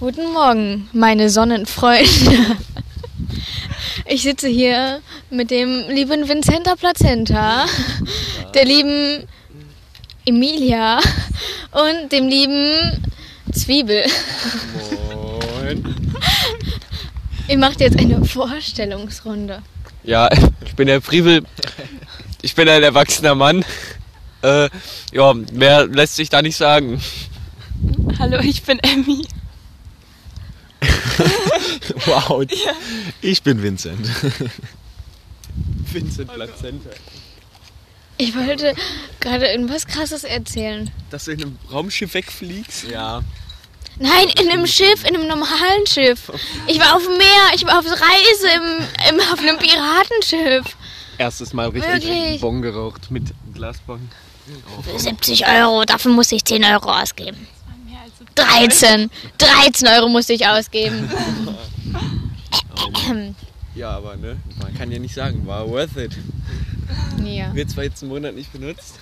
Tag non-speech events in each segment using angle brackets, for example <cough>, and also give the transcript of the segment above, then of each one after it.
Guten Morgen, meine Sonnenfreunde. Ich sitze hier mit dem lieben Vincenta Plazenta, der lieben Emilia und dem lieben Zwiebel. Moin. Ihr macht jetzt eine Vorstellungsrunde. Ja, ich bin der Privel. Ich bin ein erwachsener Mann. Äh, ja, mehr lässt sich da nicht sagen. Hallo, ich bin Emmy. <laughs> Wow. Ich bin Vincent. Vincent Oh Plazenta. Ich wollte gerade irgendwas Krasses erzählen. Dass du in einem Raumschiff wegfliegst? Ja. Nein, in einem Schiff, in einem normalen Schiff. Ich war auf dem Meer, ich war auf Reise im, im, auf einem Piratenschiff. Erstes Mal Wirklich? richtig Bon geraucht mit Glasbong. 70 Euro, dafür musste ich 10 Euro ausgeben. 13. 13 Euro musste ich ausgeben. Ja, aber ne, man kann ja nicht sagen, war worth it. ja. Wird zwar jetzt einen Monat nicht benutzt.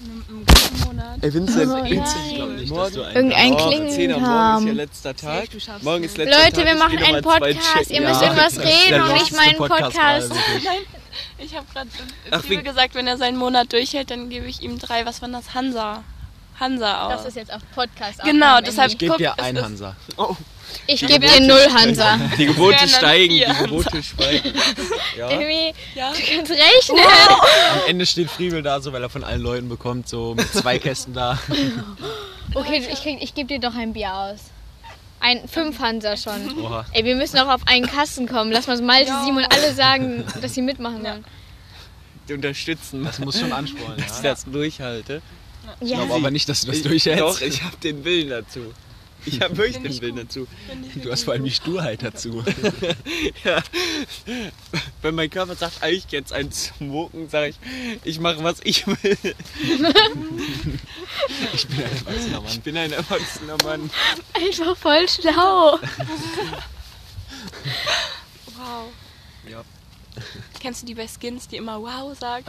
Im guten Monat. Ey, Vincent, Oh Vincent, nein. ich glaube nicht, Morgen- dass du einen Irgendein Morgen, Klingen 10 Uhr, morgen ist haben. ja letzter Tag. du schaffst Morgen ist letzter Leute, Tag. wir ich machen geh noch einen mal zwei Podcast. checken. Ihr müsst Ja. irgendwas reden und nicht meinen Podcast. Ich habe gerade Ach, Zwiebel wie- gesagt, wenn er seinen Monat durchhält, dann gebe ich ihm drei, was war das? Hansa. Hansa aus. jetzt auch Podcast. genau, deshalb Ich gebe guck, dir es einen ist- Hansa. Ich gebe dir null Hansa. Die Gebote wären dann steigen, vier. die <laughs> Gebote steigen. Ja. Emmy, Ja, du kannst rechnen. Am Ende steht Friebel da, so weil er von allen Leuten bekommt, so mit zwei Kästen da. Okay, ich, krieg- ich gebe dir doch ein Bier aus. Ein fünf Hansa schon. Oha. Ey, wir müssen auch auf einen Kasten kommen. Lass mal Malte, Ja. Simon alle sagen, dass sie mitmachen sollen. Die unterstützen, Das muss schon anspornen, dass ich ja. das durchhalte. Ich Ja. glaube aber nicht, dass du das Ich- Doch, durchhältst. ich habe den Willen dazu. Ich <laughs> habe wirklich Finde ich den Willen gut. dazu. finde ich Du hast vor allem die Sturheit dazu. Wenn mein Körper sagt, ah, ich geh jetzt einen smoken, sage ich, ich mache, was ich will. <laughs> Ich bin ein erwachsener Ich Mann. bin ein erwachsener Mann. Einfach voll schlau. gut. Wow. Ja. <laughs> Kennst du die bei Skins, die immer wow sagt?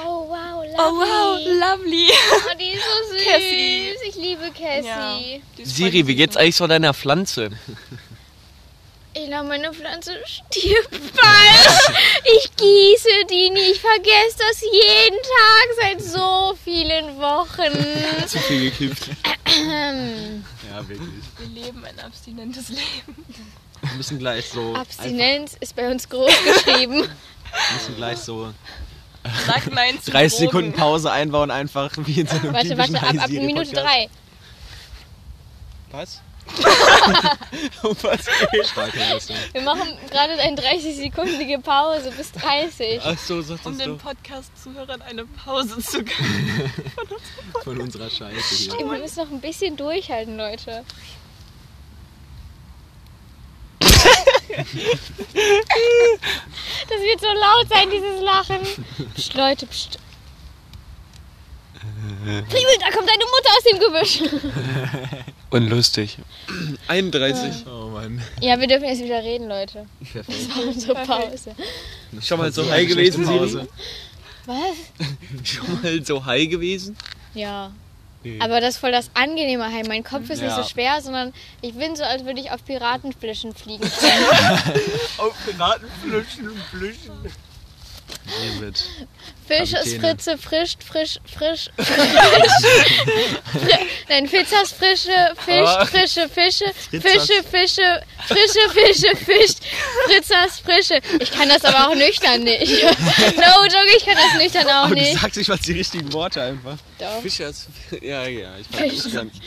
Oh wow, lovely. Oh wow, lovely. Oh, die ist so süß. Cassie. Ich liebe Cassie. Die ist voll Siri, wie süß. geht's eigentlich so deiner Pflanze? Ich glaube, meine Pflanze stirbt bald. Ich gieße die nie. Ich vergesse das jeden Tag seit so vielen <laughs> Wochen. Zu viel gekippt. Ähm, Ja, wirklich. Wir leben ein abstinentes Leben. <laughs> Wir müssen gleich so. Abstinenz ist bei uns groß geschrieben. Einfach, müssen gleich so Sag nein 30 zu Drogen. Sekunden Pause einbauen, einfach wie in so einem Warte, typischen warte, ab, ab Heisi- Minute Podcast. drei. <laughs> Was? um was geht's? Starke Leistung. Wir machen gerade eine 30-sekundige Pause bis 30. Ach so, sag Um das den doch. Podcast-Zuhörern eine Pause zu geben. Von unserer Scheiße hier. Ey, Wir müssen noch ein bisschen durchhalten, Leute. Das wird so laut sein, dieses Lachen. Psst, Leute, psst. Priebel, da kommt deine Mutter aus dem Gebüsch. Unlustig. 31. Oh Mann. <laughs> Ja, wir dürfen jetzt wieder reden, Leute. Perfekt. Das war unsere Pause. Schon mal so Eine high gewesen, schlechte Siri? Was? Schon mal so high gewesen? Ja. Nee. Aber das ist voll das angenehme Heim. Mein Kopf ist nicht Ja. so schwer, sondern ich bin so, als würde ich auf Piratenflischen fliegen. Auf Piratenflüschen, Flüschen. David. Fisch ist Kapitäne. Fritze, frisch, frisch, frisch, frisch. <laughs> Fri- Nein, Fitzers frische, Ah. Fisch, frische, Fische, Fritzers. Fische, Fische, frische, Fische, Fisch, Fritzers frische. Ich kann das aber auch nüchtern nicht. <laughs> No joke, ich kann das nüchtern auch Aber du nicht. sagst nicht mal die richtigen Worte einfach. Doch. <laughs> Fischers. Ja, ja, ich weiß nicht.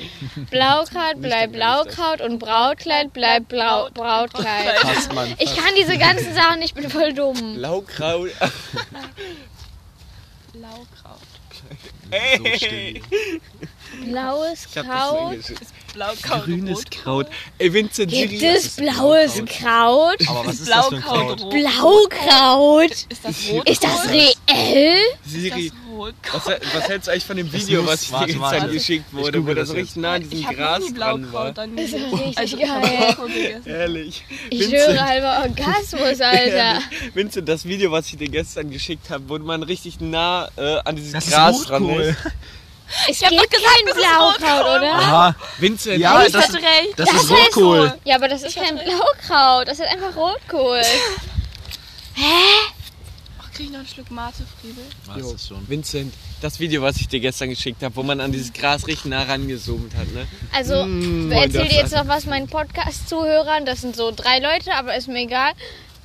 Blaukraut bleibt Blaukraut und Brautkleid bleibt Blau Brautkleid. Passt, Mann. Ich kann diese ganzen Sachen, ich bin voll dumm. Blaukraut. Blaukraut. So still. Blaues Ich hab das so Kraut. eingeschätzt. Blaukraut. Grünes rot. Kraut. Ey, Vincent, Gibt Siri. es blaues Kraut? Aber was ist das für ein Blaukraut. Kraut? rot. Blaukraut? Ist das rot? Ist das reell? Siri. Das rot. Was, was hältst du eigentlich von dem Das Video, muss- was ich dir warte, jetzt warte. geschickt Ich wurde, google wo das das so richtig nah an diesem Ich habe noch Gras nie dran war? Blaukraut an Das ist mir. richtig Also ich habe geil. Blaukraut gegessen. Ehrlich. Ich höre halber Orgasmus, Alter. Ehrlich. Vincent, das Video, was ich dir gestern geschickt habe, wurde man richtig nah äh, an dieses Das ist Gras dran. Rotkohl. ist. Es hab doch gibt gesagt, kein das ist Blaukraut, Rotkraut. oder? Aha, Vincent. Ja, Aber ich das- hatte recht. Das, ist heißt Rotkohl. Ja, aber das ist kein Blaukraut. Das ist einfach Rotkohl. Ach, krieg ich noch einen Schluck Mate, Friebel? Ah, ist das schon. Vincent, das Video, was ich dir gestern geschickt habe, wo man an dieses Gras richtig nah rangezoomt hat, ne? Also, erzähl dir jetzt noch was meinen Podcast-Zuhörern. Das sind so drei Leute, aber ist mir egal.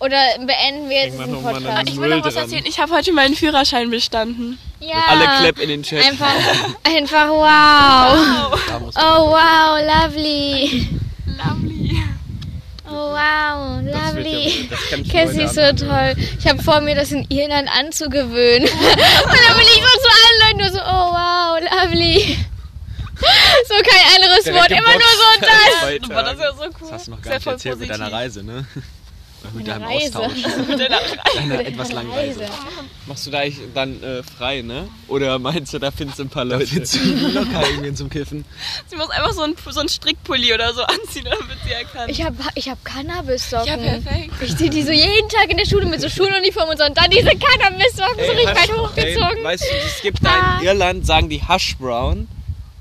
Oder beenden wir jetzt Denk mal diesen noch mal an Podcast? den Ich will noch was dran. erzählen. Ich habe heute meinen Führerschein bestanden. Ja. Alle Clap in den Chat. Einfach, einfach wow. Da muss- Oh wow, lovely. Lovely. Oh wow, Das wird ja- lovely. das kann ich Cassie ist heute so anhören. toll. Ich habe vor mir, das in Irland anzugewöhnen. <laughs> Und dann bin ich so zu allen Leuten nur so, oh wow, lovely. So kein anderes Wort, Direkt immer nur so geboxt. <laughs> das. Zwei Boah, das ist ja Tage. so cool. Das hast du noch Sehr gar nicht voll erzählt mit positiv. deiner Reise, ne? Oder mit deinem Reise. Austausch. <laughs> Mit deiner Reise. Deiner etwas langen Reise. Machst du da eigentlich dann äh, frei, ne? Oder meinst du, da findest du ein paar Da Leute? findest du locker irgendwen zum Kiffen. Sie muss einfach so einen, so einen Strickpulli oder so <laughs> anziehen, dann wird sie erkannt. Ich habe ich hab Cannabis-Socken. ja, perfekt. Ich sehe die so jeden Tag in der Schule mit so Schuluniform und so. Und dann diese Cannabis-Socken so Ey, richtig Hasch- weit hochgezogen. Ey, weißt du, es gibt da in Irland, sagen die Hash Brown.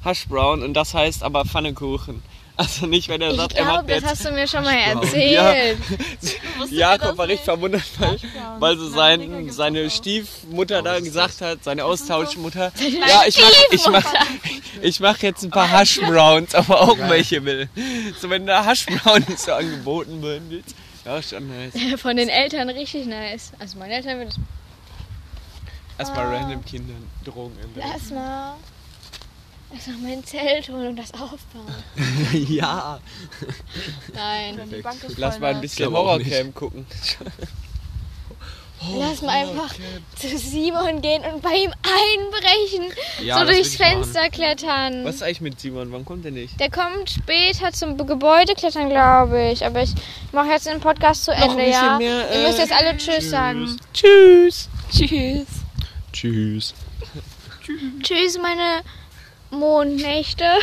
Hash Brown und das heißt aber Pfannekuchen. Also nicht, wenn er ich sagt, er glaube, macht das jetzt. hast du mir schon mal Ja. erzählt. Wusstet ihr Jakob das war nicht? richtig verwundert, weil, Brown. weil so Nein, Digga, sein, gibt's seine auch. Stiefmutter da gesagt hat, seine Austauschmutter. Nein, Ja, ich mach, ich mach, Stiefmutter. ich mach jetzt ein paar Hash Browns, aber auch welche will. So, wenn da Hash Browns so angeboten werden. Ja, schon nice. Von den Eltern richtig nice. Also meine Eltern würden es. Erstmal Ah. random Kindern Drogen im <laughs> Bett. Lass mal. Lass mal mein Zelt holen und das aufbauen. ja. Nein. Wenn die Bank ist Lass voll mal ein nass. bisschen glaube auch Horrorcam gucken. Lass mal einfach zu Simon gehen und bei ihm einbrechen. so Ja, das durchs will ich machen. Fenster klettern. Was ist eigentlich mit Simon? Wann kommt er nicht? Der kommt später zum Gebäude klettern, glaube ich. Aber ich mache jetzt den Podcast zu ein Ende, bisschen ja. mehr, Ihr müsst äh, jetzt alle Tschüss, sagen. Tschüss. Tschüss. Tschüss. Tschüss, meine Mondnächte.